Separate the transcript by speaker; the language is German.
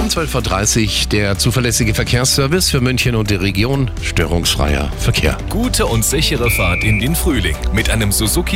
Speaker 1: Um 12.30 Uhr der zuverlässige Verkehrsservice für München und die Region. Störungsfreier Verkehr.
Speaker 2: Gute und sichere Fahrt in den Frühling mit einem Suzuki.